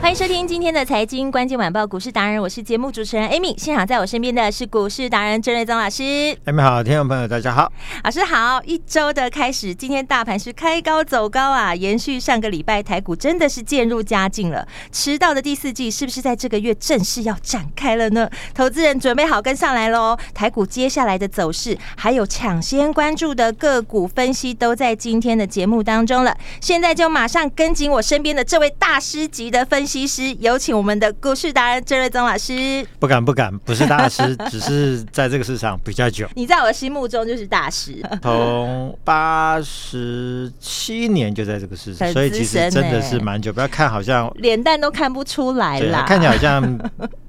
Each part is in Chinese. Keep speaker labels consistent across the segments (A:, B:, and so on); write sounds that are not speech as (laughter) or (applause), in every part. A: 欢迎收听今天的财经关键晚报股市达人，我是节目主持人 Amy。现场在我身边的是股市达人郑瑞宗老师，
B: 哎，们好，听众朋友，大家好。
A: 老师好。一周的开始，今天大盘是开高走高啊，延续上个礼拜台股真的是渐入佳境了。迟到的第四季是不是在这个月正式要展开了呢？投资人准备好跟上来喽。台股接下来的走势，还有抢先关注的个股分析，都在今天的节目当中了。现在就马上跟紧我身边的这位大师级的分析师，有请我们的股市达人郑瑞宗老师。
B: 不敢不敢，不是
A: (laughs)
B: 大师，只是在这个市场比较久，
A: 你在我的心目中就是大师。
B: 从八十七年就在这个市场，
A: 很
B: 所以其
A: 资深
B: 实真的
A: 欸
B: 是蛮久。不要看好像，
A: 脸蛋都看不出哎来
B: 对
A: 啦，，
B: 看起来好像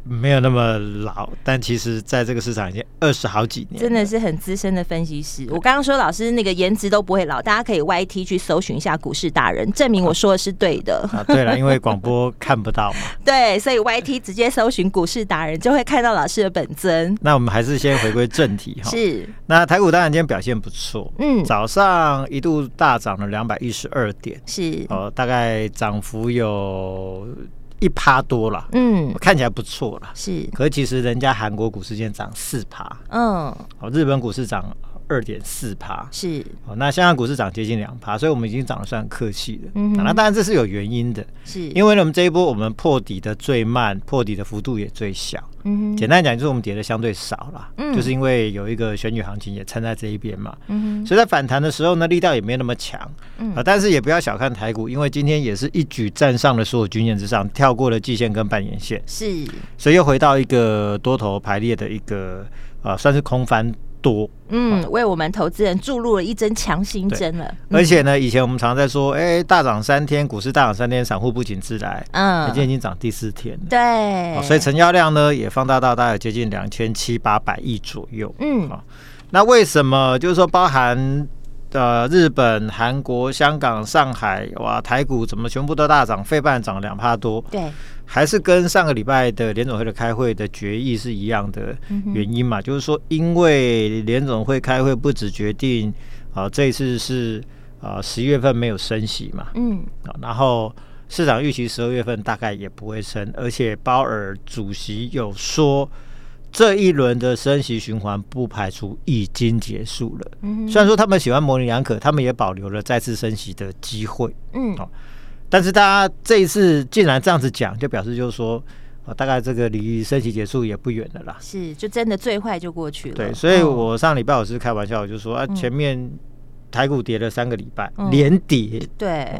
B: 没有那么老， (laughs) 但其实在这个市场已经二十好几年，
A: 真的是很资深的分析师。我刚刚说老师那个颜值都不会老，大家可以 YT 去搜寻一下股市达人，证明我说的是对的。
B: (laughs) 啊。对了，因为广播看
A: (laughs)
B: 不到嘛，
A: 对，所以 YT 直接搜寻股市达人就会看到老师的本尊。
B: 那我们还是先回归正题哈。
A: 是，
B: 那台股当然今天表现不错，
A: 嗯
B: 早上一度大涨了两百一十二点，
A: 是，
B: 哦，大概涨幅有一趴多了，
A: 嗯，
B: 看起来不错了。
A: 是，
B: 可是其实人家韩国股市今天涨四趴，
A: 嗯，
B: 哦，日本股市涨二点四趴，
A: 是，
B: 哦，那香港股市涨接近两趴，所以我们已经涨得算客气了。
A: 嗯哼
B: 啊那当然这是有原因的，
A: 是，
B: 因为呢，我们这一波我们破底的最慢，破底的幅度也最小。
A: 嗯哼，
B: 简单讲就是我们跌的相对少啦，
A: 嗯
B: 就是因为有一个选举行情也掺在这一边嘛，
A: 嗯
B: 所以在反弹的时候呢，力道也没那么强，
A: 嗯
B: 啊，但是也不要小看台股，因为今天也是一举站上了所有均线之上，跳过了季线跟半年线，
A: 是，
B: 所以又回到一个多头排列的一个呃，算是空翻多。
A: 嗯，为我们投资人注入了一针强心针了。
B: 而且呢，以前我们常在说，哎、大涨三天，股市大涨三天，散户不请自来，那
A: 嗯
B: 今，天已经涨第四天了，
A: 对
B: 哦，所以成交量呢也放大到大概接近两千七八百亿左右。
A: 嗯
B: 好那为什么就是说包含呃日本、韩国、香港、上海哇台股怎么全部都大涨？费半涨两帕多，
A: 对，
B: 还是跟上个礼拜的联总会的开会的决议是一样的原因嘛？就是说，因为联总会开会不只决定啊、这一次是啊十一月份没有升息嘛，
A: 嗯
B: 啊然后。市场预期十二月份大概也不会升，而且鲍尔主席有说，这一轮的升息循环不排除已经结束了。
A: 嗯
B: 虽然说他们喜欢模棱两可，他们也保留了再次升息的机会，
A: 嗯
B: 好但是大家这一次竟然这样子讲，就表示就是说，啊，大概这个离升息结束也不远了啦。
A: 是，就真的最坏就过去了。
B: 对，所以
A: 嗯
B: 我上礼拜我是开玩笑，我就说啊，前面台股跌了三个礼拜，
A: 嗯
B: 连跌，
A: 对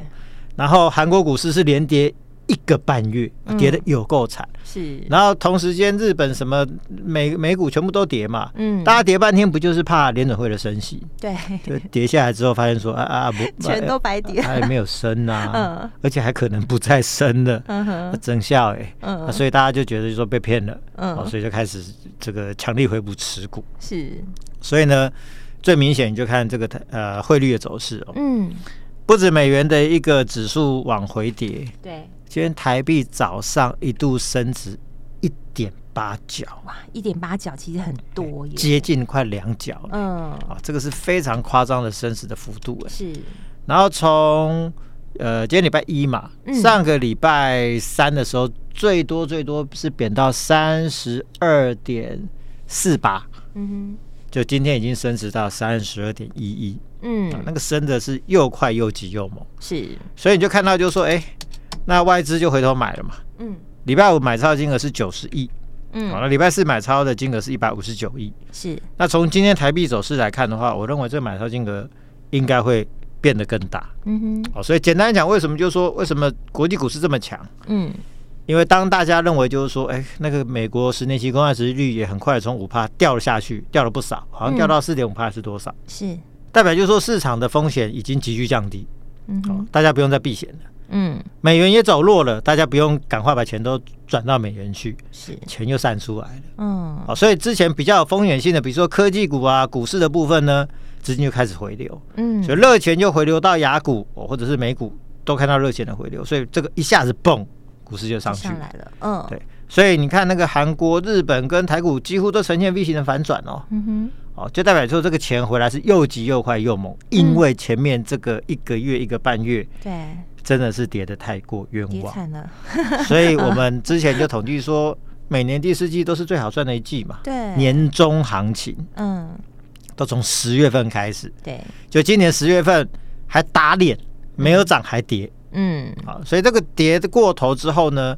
B: 然后韩国股市是连跌一个半月，
A: 嗯
B: 跌的有够惨。
A: 是，
B: 然后同时间日本什么美美股全部都跌嘛，
A: 嗯
B: 大家跌半天不就是怕联准会的升息？
A: 对，
B: 就跌下来之后发现说啊
A: (laughs)
B: 啊不，
A: 全都白底。
B: 它也没有升啊，
A: (laughs) 嗯
B: 而且还可能不再升了，
A: 嗯哼
B: 啊真笑哎、
A: 嗯
B: 啊所以大家就觉得就说被骗了，
A: 嗯
B: 哦，所以就开始这个强力回补持股，
A: 是，
B: 所以呢。最明显，你就看这个台呃汇率的走势哦，
A: 嗯，
B: 不止美元的一个指数往回跌，
A: 对，
B: 今天台币早上一度升值一点八角，
A: 哇，一点八角其实很多耶。
B: 接近快两角了，
A: 嗯，
B: 啊，这个是非常夸张的升值的幅度哎。
A: 是，
B: 然后从呃今天礼拜一嘛，
A: 嗯
B: 上个礼拜三的时候，最多最多是贬到三十二点四八，
A: 嗯
B: 就今天已经升值到三十二点一一，
A: 哼，
B: 啊
A: 嗯，
B: 那个升的是又快又急又猛，
A: 是，
B: 所以你就看到就说，哎，那外资就回头买了嘛。
A: 嗯
B: 礼拜五买超金额是九十亿，好
A: 嗯，
B: 了，礼拜四买超的金额是一百五十九亿。
A: 是，
B: 那从今天台币走势来看的话，我认为这买超金额应该会变得更大。
A: 嗯哼，
B: 哦，所以简单讲，为什么就说为什么国际股市这么强？
A: 嗯，
B: 因为当大家认为就是说，哎，那个美国十年期公债殖利率也很快从五帕掉了下去，掉了不少，
A: 嗯
B: 好像掉到四点五帕是多少？
A: 是，
B: 代表就是说市场的风险已经急剧降低，
A: 嗯
B: 哦
A: 哼，
B: 大家不用再避险了。
A: 嗯，
B: 美元也走弱了，大家不用赶快把钱都转到美元去，
A: 是，
B: 钱又散出来了。
A: 嗯，
B: 好、所以之前比较有风险性的，比如说科技股啊、股市的部分呢，资金就开始回流，
A: 嗯，
B: 所以热钱就回流到雅股、哦或者是美股，都看到热钱的回流，所以这个一下子蹦，股市就上去
A: 上
B: 了。
A: 来了，嗯，
B: 对，所以你看那个韩国、日本跟台股几乎都呈现 V 型的反转哦，
A: 嗯哼，
B: 哦，就代表说这个钱回来是又急又快又猛，
A: 嗯
B: 因为前面这个一个月一个半月
A: 对，
B: 真的是跌得太过冤
A: 跌
B: 枉，
A: 惨了，
B: 所以我们之前就统计说，每年第四季都是最好赚的一季嘛，
A: (laughs) 对，，
B: 年终行情
A: 嗯，
B: 都从十月份开始，
A: 对，
B: 就今年十月份还打脸，没有涨还跌
A: 嗯，
B: 啊，所以这个跌的过头之后呢，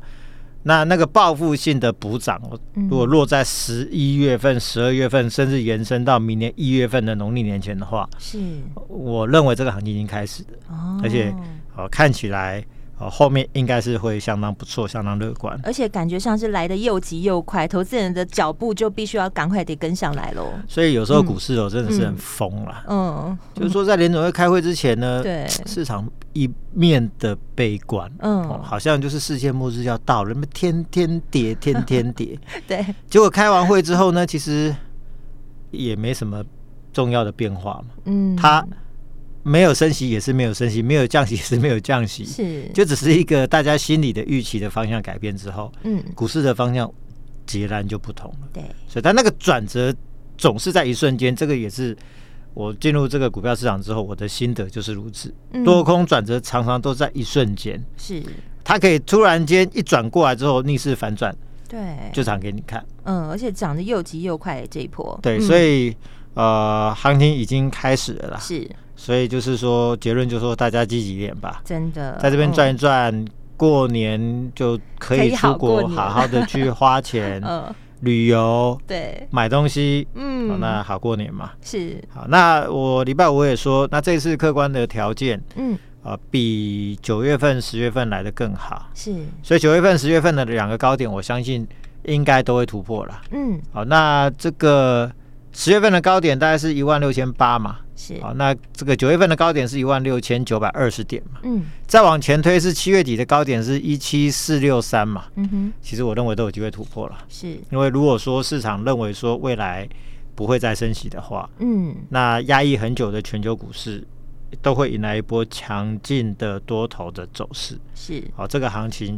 B: 那那个报复性的补涨，
A: 嗯
B: 如果落在十一月份、十二月份，甚至延伸到明年一月份的农历年前的话，
A: 是，
B: 我认为这个行情已经开始了，
A: 哦，
B: 而且呃看起来呃后面应该是会相当不错，相当乐观。
A: 而且感觉上是来的又急又快，投资人的脚步就必须要赶快得跟上来喽。
B: 所以有时候股市哦真的是很疯啦，
A: 嗯，
B: 就是说在联总会开会之前呢，
A: 对
B: 市场一面的悲观，
A: 嗯
B: 哦，好像就是世界末日要到了，那么天天跌，天天跌。 (laughs)
A: 对，
B: 结果开完会之后呢，其实也没什么重要的变化嘛，
A: 嗯，
B: 它没有升息也是没有升息，没有降息也是没有降息，
A: 是
B: 就只是一个大家心里的预期的方向改变之后，
A: 嗯，
B: 股市的方向截然就不同了。
A: 对，
B: 所以，但那个转折总是在一瞬间，这个也是我进入这个股票市场之后我的心得就是如此。
A: 嗯
B: 多空转折常常都在一瞬间，
A: 是，
B: 它可以突然间一转过来之后逆势反转，
A: 对，
B: 就涨给你看。
A: 嗯，而且涨得又急又快这一波，
B: 对，
A: 嗯
B: 所以呃，行情已经开始了啦。
A: 是
B: 所以就是说，结论就是说，大家积极一点吧，
A: 真的，
B: 在这边
A: 嗯
B: 转一转。过年就
A: 可
B: 可以
A: 以好
B: 出国，
A: 过年
B: 好好的去花钱、
A: (laughs) 嗯，
B: 旅游、
A: 对，
B: 买东西，好
A: 嗯，
B: 那好过年嘛。
A: 是，
B: 好，那我礼拜五也说，那这次客观的条件
A: 嗯，
B: 啊、呃比九月份、十月份来的更好，
A: 是，
B: 所以九月份、十月份的两个高点，我相信应该都会突破了。
A: 嗯，
B: 好，那这个十月份的高点大概是一万六千八嘛，
A: 是，
B: 好，那这个九月份的高点是一万六千九百二十点嘛，
A: 嗯，
B: 再往前推是七月底的高点是一七四六三嘛，
A: 嗯哼，
B: 其实我认为都有机会突破了，
A: 是，
B: 因为如果说市场认为说未来不会再升息的话，
A: 嗯，
B: 那压抑很久的全球股市都会迎来一波强劲的多头的走势。
A: 是，
B: 好，这个行情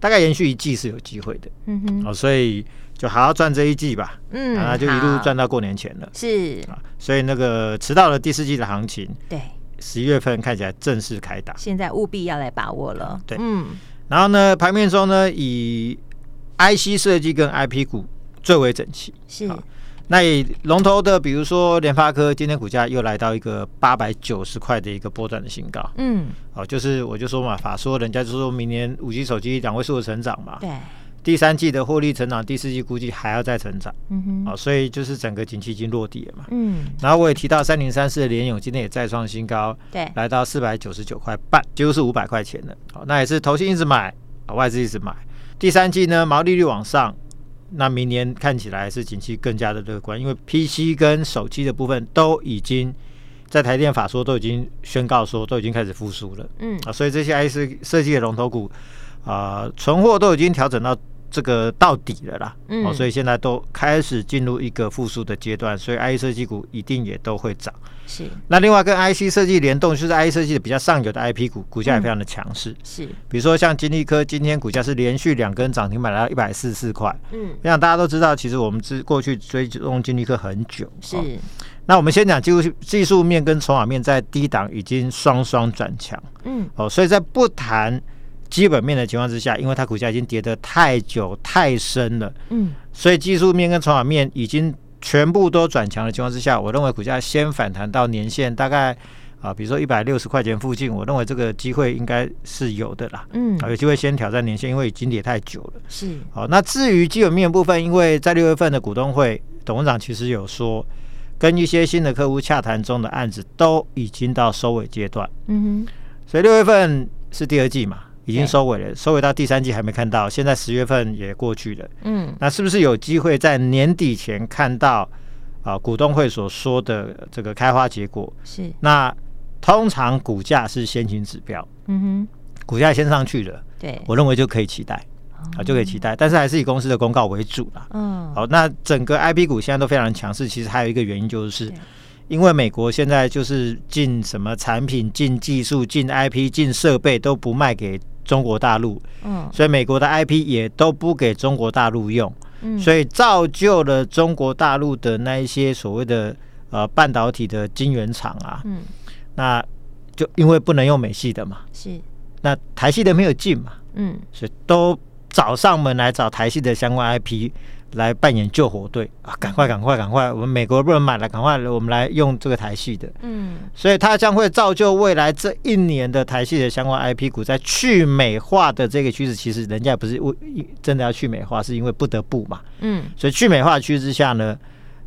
B: 大概延续一季是有机会的。
A: 嗯哼，
B: 好，所以就好好赚这一季吧。
A: 嗯，
B: 啊那就一路
A: 好
B: 赚，到过年前了。
A: 是，
B: 啊，所以那个迟到了第四季的行情，
A: 对，
B: 十一月份看起来正式开打。
A: 现在务必要来把握了，
B: 对
A: 嗯，
B: 然后呢，盘面中呢，以 IC 设计跟 IP 股最为整齐。
A: 是，
B: 好那以龙头的，比如说联发科，今天股价又来到一个八百九十块的一个波段的新高。
A: 嗯，
B: 哦，就是我就说嘛，法说人家就说明年五 G 手机两位数的成长嘛，
A: 对，
B: 第三季的获利成长，第四季估计还要再成长
A: 嗯哼，
B: 啊、哦，所以就是整个景气已经落地了嘛。
A: 嗯，
B: 然后我也提到三零三四的联勇今天也再创新高，
A: 对，
B: 来到四百九十九块半，几乎是五百块钱的。好、那也是投信一直买，啊外资一直买。第三季呢，毛利率往上，那明年看起来是景气更加的乐观，因为 PC 跟手机的部分都已经在台电法说都已经宣告说都已经开始复苏了。
A: 嗯，
B: 啊，所以这些 IC 设计的龙头股啊、存货都已经调整到这个到底了啦。
A: 嗯
B: 哦，所以现在都开始进入一个复苏的阶段，所以 IC 设计股一定也都会涨。
A: 是，
B: 那另外跟 IC 设计联动，就是 IC 设计的比较上游的 IP 股，股价也非常的强势。
A: 是，
B: 比如说像金利科，今天股价是连续两根涨停板，来到一百四十四块。
A: 嗯，
B: 我想大家都知道，其实我们之过去追踪金利科很久。哦
A: 是，
B: 那我们先讲技术技术面跟筹码面在低档已经双双转强。
A: 嗯，
B: 哦，所以在不谈基本面的情况之下，因为它股价已经跌得太久太深了，
A: 嗯，
B: 所以技术面跟筹码面已经全部都转强的情况之下，我认为股价先反弹到年线大概啊，比如说一百六十块钱附近，我认为这个机会应该是有的啦。
A: 嗯
B: 啊，，有机会先挑战年线，因为已经跌太久了。
A: 是，
B: 好，那至于基本面部分，因为在六月份的股东会，董事长其实有说，跟一些新的客户洽谈中的案子都已经到收尾阶段。
A: 嗯哼，
B: 所以六月份是第二季嘛，已经收尾了，收尾到第三季还没看到，现在十月份也过去了，
A: 嗯，
B: 那是不是有机会在年底前看到啊、股东会所说的这个开花结果？
A: 是，
B: 那通常股价是先行指标，
A: 嗯
B: 股价先上去了，
A: 哼，对，
B: 我认为就可以期待啊，就可以期待，但是还是以公司的公告为主啦。
A: 嗯，
B: 好，那整个 I P 股现在都非常强势，其实还有一个原因就是
A: 对，
B: 因为美国现在就是进什么产品、进技术、进 I P、进设备都不卖给中国大陆，
A: 嗯，
B: 所以美国的 I P 也都不给中国大陆用，
A: 嗯，
B: 所以造就了中国大陆的那一些所谓的呃半导体的晶圆厂啊，
A: 嗯，
B: 那就因为不能用美系的嘛，
A: 是，
B: 那台系的没有进嘛，
A: 嗯，
B: 所以都找上门来找台系的相关 IP 来扮演救火队啊！赶快，赶快，赶快！我们美国不能买了，赶快，我们来用这个台系的。
A: 嗯，
B: 所以它将会造就未来这一年的台系的相关 IP 股在去美化的这个趋势。其实人家也不是为真的要去美化，是因为不得不嘛。
A: 嗯，
B: 所以去美化的趋势下呢，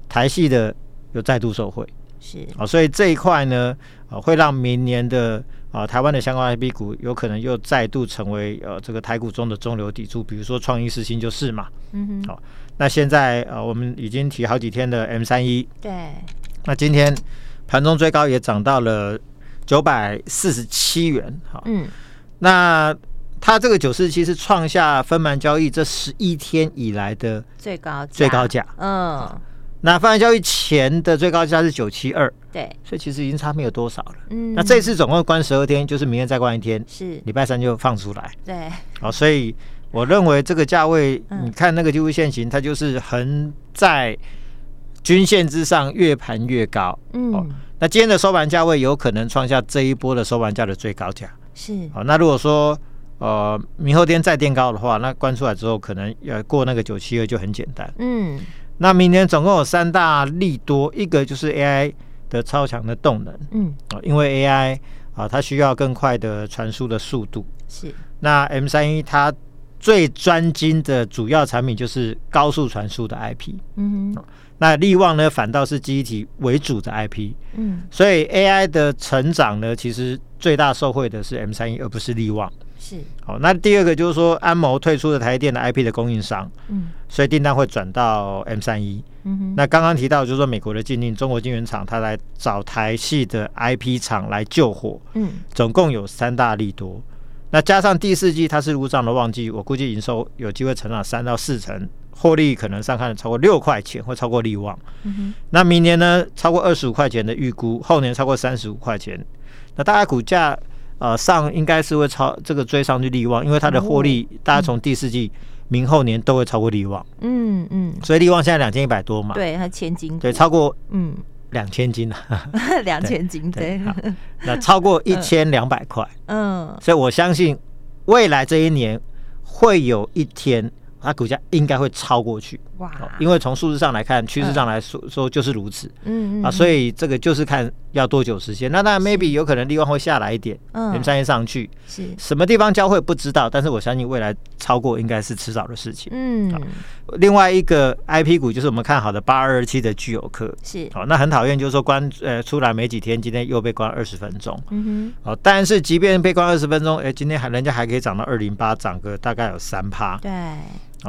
B: 台系的又再度受惠。
A: 是，
B: 啊，所以这一块呢，啊，会让明年的啊台湾的相关 IP 股有可能又再度成为呃这个台股中的中流砥柱，比如说创意四星就是嘛。
A: 嗯哼，
B: 好那现在呃我们已经提好几天的 M 三一，
A: 对，
B: 那今天盘中最高也涨到了九百四十七元，好、
A: 嗯，
B: 那它这个九四七是创下分盘交易这十一天以来的
A: 最高
B: 最高，价，
A: 嗯，
B: 那分盘交易前的最高价是九七二，
A: 对，
B: 所以其实已经差没有多少了。
A: 嗯，
B: 那这次总共关十二天，就是明天再关一天，
A: 是，
B: 礼拜三就放出来。
A: 对，
B: 好，所以我认为这个价位，
A: 嗯
B: 你看那个技术线型，它就是横在均线之上，越盘越高。哦
A: 嗯，
B: 那今天的收盘价位有可能创下这一波的收盘价的最高价。
A: 是，
B: 好，那如果说呃明后天再垫高的话，那关出来之后可能要过那个九七二就很简单。
A: 嗯，
B: 那明年总共有三大利多，一个就是 AI 的超强的动能。
A: 嗯，
B: 啊，因为 AI 啊，它需要更快的传输的速度。
A: 是，
B: 那 M 三一它最专精的主要产品就是高速传输的 IP，
A: 嗯哼，
B: 那力旺呢反倒是记忆体为主的 IP，
A: 嗯，
B: 所以 AI 的成长呢，其实最大受惠的是 M 三一，而不是力旺。
A: 是，
B: 好，那第二个就是说安谋退出了台积电的 IP 的供应商，
A: 嗯，
B: 所以订单会转到 M 三一。
A: 嗯哼，
B: 那刚刚提到就是说美国的禁令，中国晶圆厂它来找台系的 IP 厂来救火，
A: 嗯，
B: 总共有三大利多。那加上第四季它是入账的旺季，我估计营收有机会成长三到四成，获利可能上看超过六块钱，会超过利旺。
A: 嗯
B: 那明年呢，超过二十五块钱的预估，后年超过三十五块钱。那大概股价呃上应该是会超这个追上去利旺，因为它的获利、大家从第四季、明后年都会超过利旺，
A: 哼，嗯嗯，
B: 所以利旺现在两千一百多嘛，
A: 对，它千金，
B: 对，，超过
A: 嗯， (laughs)
B: 两千斤了、啊，
A: 两千金，对， (laughs)
B: 好那超过一千两百块。
A: 嗯，
B: 所以我相信未来这一年会有一天，它股价应该会超过去，哦
A: 哇，
B: 因为从数字上来看，趋势上来说、说就是如此
A: 嗯
B: 啊，所
A: 以，
B: 以这个就是看要多久时间。那当然，maybe 有可能利旺会下来一点
A: 嗯
B: ，M 三一上去，
A: 是，
B: 什么地方交汇不知道，但是我相信未来超过应该是迟早的事情。
A: 嗯，
B: 另外一个 IP 股就是我们看好的八二二七的具有科。
A: 是，
B: 好、那很讨厌，就是说关呃出来没几天，今天又被关二十分钟。
A: 嗯
B: 哦，但是即便被关二十分钟，哎，今天还人家还可以涨到二零八，涨个大概有三趴
A: 哼，对，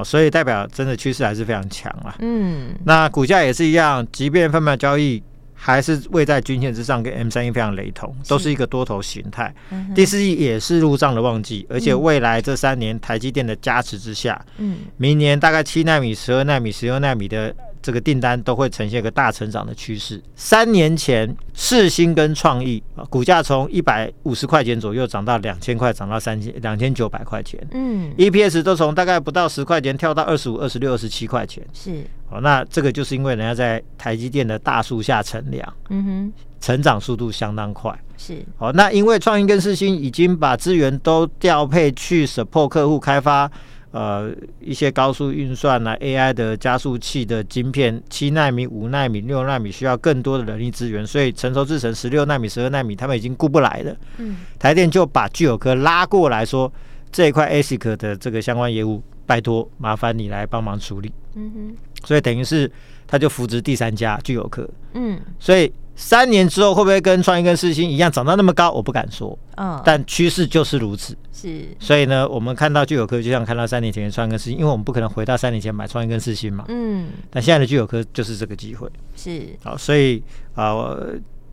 B: 哦，所以代表真的趋势还是非常强啦。
A: 嗯，
B: 那股价也是一样，即便分盘交易，还是位在均线之上，跟 M 三一非常雷同，都是一个多头形态。
A: 嗯哼
B: 第四季也是入账的旺季，而且未来这三年台积电的加持之下，
A: 嗯，
B: 明年大概七纳米、十二纳米、十六纳米的这个订单都会呈现一个大成长的趋势。三年前，世新跟创意啊股价从一百五十块钱左右涨到两千块，涨到三千两千九百块钱
A: 嗯，
B: ，EPS 都从大概不到十块钱跳到二十五、二十六、二十七块钱。
A: 是，
B: 哦，那这个就是因为人家在台积电的大树下乘凉，
A: 嗯
B: 成长速度相当快。
A: 哼，是，
B: 好，那因为创意跟世新已经把资源都调配去 support 客户开发，呃，一些高速运算啊、AI 的加速器的晶片，七纳米、五纳米、六纳米需要更多的人力资源，所以成熟制程十六纳米、十二纳米他们已经顾不来了。
A: 嗯，
B: 台电就把具有科拉过来说，这一块 ASIC 的这个相关业务，拜托麻烦你来帮忙处理。
A: 嗯哼，
B: 所以等于是他就扶植第三家具有科，
A: 嗯，
B: 所以三年之后会不会跟创意跟世新一样涨到那么高？我不敢说，
A: 嗯，
B: 但趋势就是如此。
A: 是，
B: 所以呢，我们看到具有科就像看到三年前的创意跟世新，因为我们不可能回到三年前买创意跟世新嘛。
A: 嗯，
B: 但现在的具有科就是这个机会。
A: 是，
B: 好，所以啊、我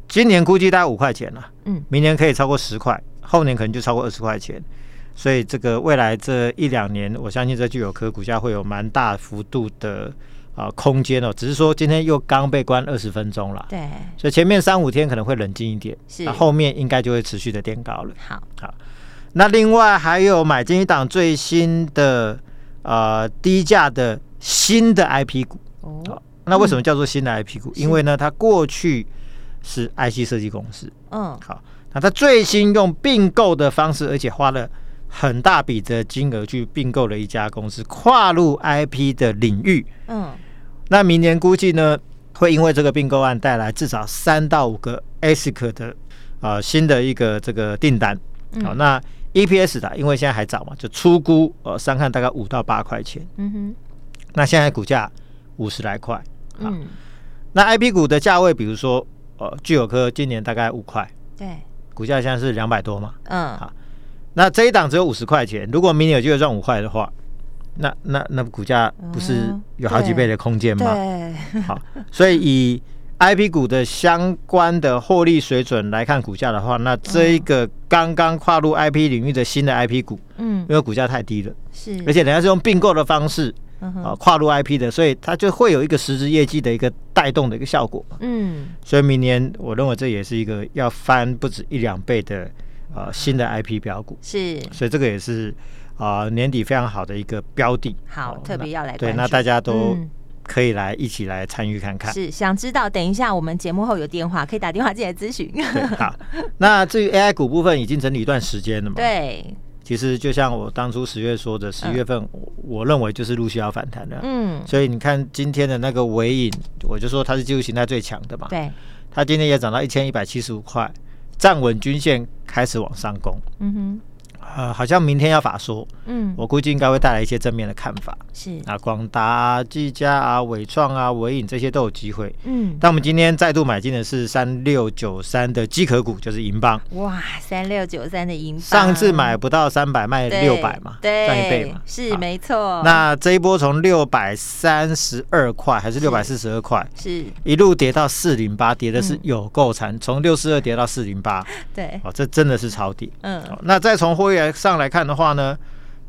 B: 今年估计大概五块钱了，
A: 嗯，
B: 明年可以超过十块，后年可能就超过二十块钱。所以这个未来这一两年，我相信这具有科股价会有蛮大幅度的啊、空间哦。只是说今天又刚被关二十分钟了，
A: 对，
B: 所以前面三五天可能会冷静一点，
A: 是
B: 那后面应该就会持续的垫高了。
A: 好，
B: 那另外还有买进一档最新的呃低价的新的 IP 股，
A: 哦，
B: 那为什么叫做新的 IP 股？因为呢，它过去是 IC 设计公司，
A: 嗯，
B: 好，那它最新用并购的方式，而且花了很大笔的金额去并购了一家公司，跨入 IP 的领域。
A: 嗯，
B: 那明年估计呢，会因为这个并购案带来至少三到五个 ASIC 的啊、呃新的一个这个订单。好，那 E EPS 的，因为现在还早嘛，就初估呃上看大概五到八块钱。
A: 嗯
B: 那现在股价五十来块。
A: 哼，嗯，
B: 那 I P 股的价位，比如说呃，聚友科今年大概五块，
A: 对，
B: 股价现在是两百多嘛。
A: 嗯，
B: 那这一档只有五十块钱，如果明年有机会赚五块的话，那那那股价不是
A: 嗯
B: 有好几倍的空间吗？
A: 对，
B: 好，所以以 I P 股的相关的获利水准来看股价的话，那这一个刚刚跨入 I P 领域的新的 I P 股，
A: 嗯，
B: 因为股价太低了，
A: 是，
B: 而且人家是用并购的方式
A: 嗯
B: 啊
A: 哼，
B: 跨入 I P 的，所以它就会有一个实质业绩的一个带动的一个效果。
A: 嗯，
B: 所以明年我认为这也是一个要翻不止一两倍的呃新的 IP 标股，
A: 是，
B: 所以这个也是啊、呃年底非常好的一个标的。
A: 好
B: 哦，
A: 特别
B: 那
A: 要来
B: 对，
A: 关
B: 那
A: 注
B: 大家都
A: 嗯
B: 可以来一起来参与看看。
A: 是想知道，等一下我们节目后有电话，可以打电话进来咨询。
B: 对，好。那至于 AI 股部分，已经整理一段时间了嘛？。
A: (laughs) 对，
B: 其实就像我当初十月说的，十月份我我认为就是陆续要反弹的。
A: 嗯，
B: 所以你看今天的那个尾影，我就说它是技术形态最强的嘛。
A: 对，
B: 它今天也涨到一千一百七十五块，站稳均线开始往上攻。
A: 嗯
B: 呃，好像明天要法说，
A: 哼，嗯，
B: 我估计应该会带来一些正面的看法。
A: 是，
B: 啊，广达、啊、技嘉啊、伟创啊、伟影这些都有机会。
A: 嗯，
B: 但我们今天再度买进的是三六九三的机壳股，就是银邦。
A: 哇，三六九三的银，
B: 上次买不到三百，卖
A: 对
B: 六百嘛，
A: 嗯对，
B: 赚一倍嘛。
A: 是
B: 好
A: 没错，
B: 那这一波从六百三十二块还是六百四十二块，
A: 是
B: 一路跌到四零八，跌的是
A: 嗯
B: 有够惨，从六四二跌到四零八，
A: 对，
B: 哦，这真的是超跌。
A: 嗯
B: 好那再从获利来上来看的话呢，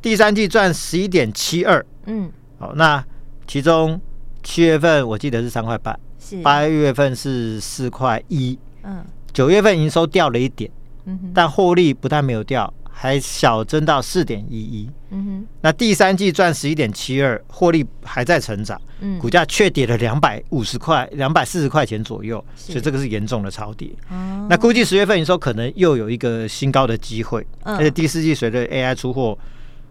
B: 第三季赚十一点七二，
A: 嗯，
B: 好，那其中七月份我记得是三块半，
A: 是，
B: 八月份是四块一，
A: 嗯
B: 九月份营收掉了一点，
A: 嗯哼，
B: 但获利不但没有掉，还小增到四点一一。
A: 嗯哼，
B: 那第三季赚十一点七二，获利还在成长，
A: 嗯，
B: 股价却跌了两百五十块、两百四十块钱左右，
A: 是
B: 所以这个是严重的超跌。
A: 哦
B: 那估计十月份营收可能又有一个新高的机会，
A: 嗯
B: 而且第四季随着 AI 出货，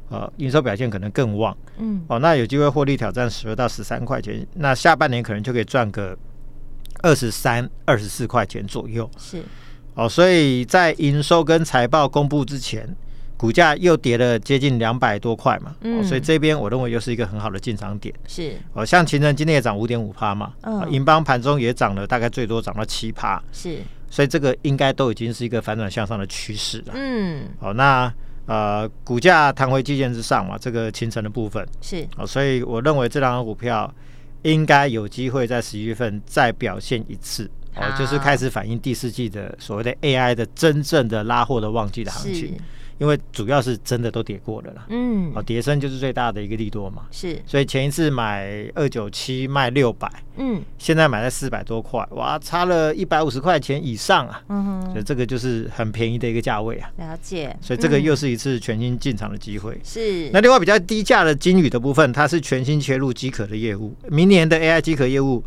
B: 呃，营收表现可能更旺
A: 嗯
B: 哦，那有机会获利挑战十二到十三块钱，那下半年可能就可以赚个二十三、二十四块钱左右
A: 是，
B: 哦，所以在营收跟财报公布之前。股价又跌了接近两百多块嘛、
A: 嗯
B: 哦，所以这边我认为又是一个很好的进场点。
A: 是
B: 哦，像秦城今天也涨五点五趴嘛，
A: 嗯
B: 哦银邦盘中也涨了大概最多涨到七趴，
A: 是，
B: 所以这个应该都已经是一个反转向上的趋势了。
A: 嗯
B: 好、那呃，股价弹回季线之上嘛，这个清晨的部分，
A: 是，
B: 好、所以我认为这两档股票应该有机会在十一月份再表现一次，哦，
A: 好
B: 就是开始反映第四季的所谓的 AI 的真正的拉货的旺季的行
A: 是
B: 情，，因为主要是真的都跌过了啦，
A: 嗯
B: 哦，跌升就是最大的一个利多嘛，
A: 是，
B: 所以前一次买二九七卖六百，
A: 嗯
B: 现在买在四百多块，哇，差了一百五十块钱以上啊。
A: 嗯哼，
B: 所以这个就是很便宜的一个价位啊，
A: 了解，
B: 所以这个
A: 嗯
B: 又是一次全新进场的机会。
A: 是
B: 嗯那另外比较低价的金宇的部分，它是全新切入机壳的业务，明年的 AI 机壳业务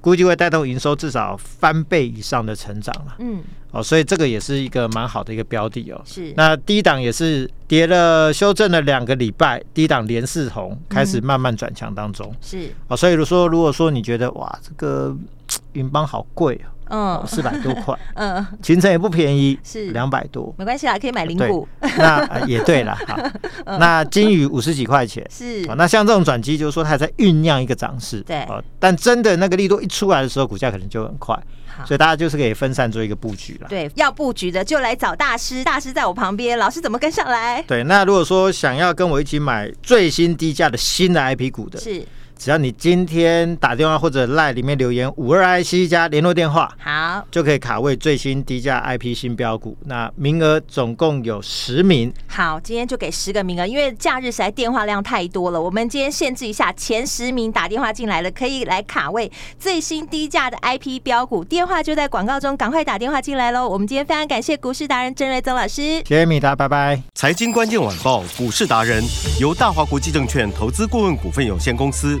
B: 估计会带动营收至少翻倍以上的成长了
A: 嗯
B: 哦，所以这个也是一个蛮好的一个标的哦。
A: 是
B: 那低档也是跌了修正了两个礼拜，低档连四红开始慢慢转强当中、
A: 是
B: 哦，所以如果说如果说你觉得哇这个嘖云邦好贵哦，
A: 嗯
B: 四百多
A: (laughs)
B: 块，
A: 嗯，
B: 秦城也不便宜，
A: 是
B: 两百多。
A: 没关系啦，可以买零嗯
B: 对
A: 股，，
B: 那呃也对
A: (laughs)
B: 了哈。那金鱼五十几块钱，
A: 是
B: 啊，那像这种转机，就是说它还在酝酿一个涨势，
A: 对
B: 啊，但真的那个力度一出来的时候，股价可能就很快，
A: 好
B: 所以大家就是可以分散做一个布局啦。
A: 对，要布局的就来找大师，大师在我旁边，老师怎么跟上来？
B: 对，那如果说想要跟我一起买最新低价的新的 IP 股的，
A: 是
B: 只要你今天打电话或者 LINE 里面留言五二 IC 加联络电话，
A: 好，
B: 就可以卡位最新低价 IP 新标股。那名额总共有十名，
A: 好，今天就给十个名额，因为假日实在电话量太多了，我们今天限制一下，前十名打电话进来了，可以来卡位最新低价的 IP 标股，电话就在广告中，赶快打电话进来喽！我们今天非常感谢股市达人郑瑞增老师。
B: 谢谢米达，拜拜。
C: 财经关键晚报股市达人由大华国际证券投资顾问股份有限公司